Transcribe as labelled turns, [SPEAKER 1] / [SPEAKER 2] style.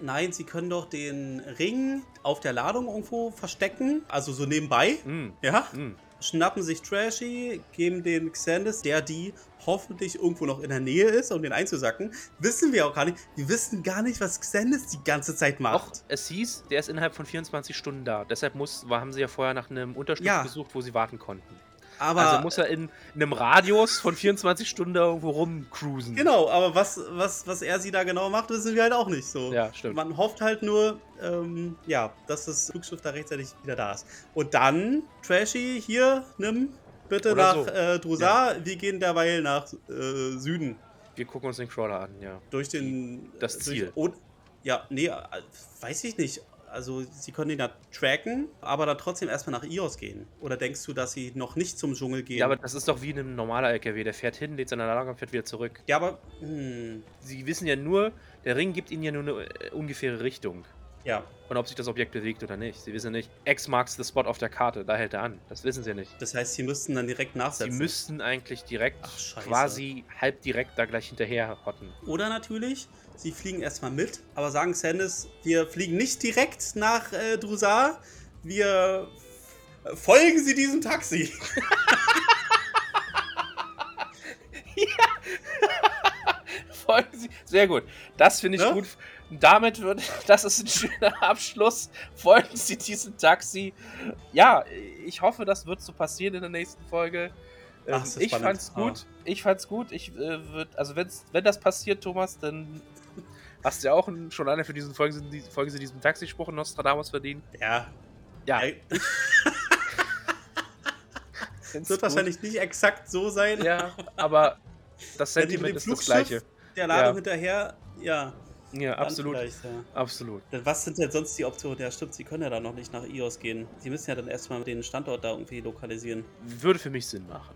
[SPEAKER 1] Nein, sie können doch den Ring auf der Ladung irgendwo verstecken. Also so nebenbei.
[SPEAKER 2] Mm.
[SPEAKER 1] Ja.
[SPEAKER 2] Mm.
[SPEAKER 1] Schnappen sich Trashy, geben den Xandis, der die hoffentlich irgendwo noch in der Nähe ist, um den einzusacken. Wissen wir auch gar nicht. Wir wissen gar nicht, was Xandis die ganze Zeit
[SPEAKER 2] Auch
[SPEAKER 1] macht.
[SPEAKER 2] es hieß, der ist innerhalb von 24 Stunden da. Deshalb muss, war- haben sie ja vorher nach einem Unterschlupf
[SPEAKER 1] Ja.
[SPEAKER 2] gesucht, wo sie warten konnten.
[SPEAKER 1] Aber
[SPEAKER 2] also muss er in einem Radius von 24 Stunden irgendwo rumcruisen.
[SPEAKER 1] Genau, aber was, was, was er sie da genau macht, wissen wir halt auch nicht so.
[SPEAKER 2] Ja, stimmt.
[SPEAKER 1] Man hofft halt nur, ähm, ja, dass das Flugschiff da rechtzeitig wieder da ist. Und dann, Trashy, hier, nimm bitte
[SPEAKER 2] Oder
[SPEAKER 1] nach
[SPEAKER 2] so.
[SPEAKER 1] äh, Drusar. Wir gehen derweil nach äh, Süden.
[SPEAKER 2] Wir gucken uns den Crawler an, ja.
[SPEAKER 1] Durch den.
[SPEAKER 2] Das
[SPEAKER 1] durch,
[SPEAKER 2] Ziel.
[SPEAKER 1] Oh, ja, nee, äh, weiß ich nicht. Also, sie können ihn da tracken, aber dann trotzdem erstmal nach Ios gehen. Oder denkst du, dass sie noch nicht zum Dschungel gehen?
[SPEAKER 2] Ja, aber das ist doch wie ein normaler LKW. Der fährt hin, lädt seine Ladung und fährt wieder zurück.
[SPEAKER 1] Ja, aber hm,
[SPEAKER 2] Sie wissen ja nur, der Ring gibt ihnen ja nur eine äh, ungefähre Richtung.
[SPEAKER 1] ja,
[SPEAKER 2] Und ob sich das Objekt bewegt oder nicht. Sie wissen ja nicht, X marks the spot auf der Karte, da hält er an. Das wissen sie ja nicht.
[SPEAKER 1] das heißt, sie müssten dann direkt nachsetzen.
[SPEAKER 2] Sie müssten eigentlich direkt,
[SPEAKER 1] Ach, scheiße.
[SPEAKER 2] quasi halb direkt da gleich hinterher hotten.
[SPEAKER 1] Oder natürlich, sie fliegen erstmal mit, aber sagen Sandis, wir fliegen nicht direkt nach äh, Drusar, wir f- folgen Sie diesem Taxi.
[SPEAKER 2] Folgen Sie. Sehr gut. Das finde ich
[SPEAKER 1] Ne?
[SPEAKER 2] gut. Damit wird, das ist ein schöner Abschluss. Folgen Sie diesem Taxi. Ja, ich hoffe, das wird so passieren in der nächsten Folge.
[SPEAKER 1] Ach,
[SPEAKER 2] Ähm,
[SPEAKER 1] das ist
[SPEAKER 2] ich
[SPEAKER 1] spannend. Ah.
[SPEAKER 2] fand's gut. Ich fand's gut. Ich äh, würd, also wenn's, wenn das passiert, Thomas, dann hast du ja auch einen, schon eine für diesen Folgen, sind die- Folgen Sie diesem Taxispruch in Nostradamus verdient.
[SPEAKER 1] Ja,
[SPEAKER 2] Ja,
[SPEAKER 1] äh,
[SPEAKER 2] find's
[SPEAKER 1] wird
[SPEAKER 2] gut.
[SPEAKER 1] wahrscheinlich nicht exakt so sein.
[SPEAKER 2] Ja, aber das
[SPEAKER 1] Wenn die mit
[SPEAKER 2] Sentiment
[SPEAKER 1] dem
[SPEAKER 2] ist das
[SPEAKER 1] Flugschiff
[SPEAKER 2] gleiche.
[SPEAKER 1] Der Ladung
[SPEAKER 2] Ja.
[SPEAKER 1] hinterher, ja.
[SPEAKER 2] Ja,
[SPEAKER 1] dann
[SPEAKER 2] absolut.
[SPEAKER 1] vielleicht, Ja.
[SPEAKER 2] Absolut.
[SPEAKER 1] Denn was sind denn sonst die Optionen? Ja, stimmt, sie können ja dann noch nicht nach Ios gehen. Sie müssen ja dann erstmal den Standort da irgendwie lokalisieren.
[SPEAKER 2] Würde für mich Sinn machen.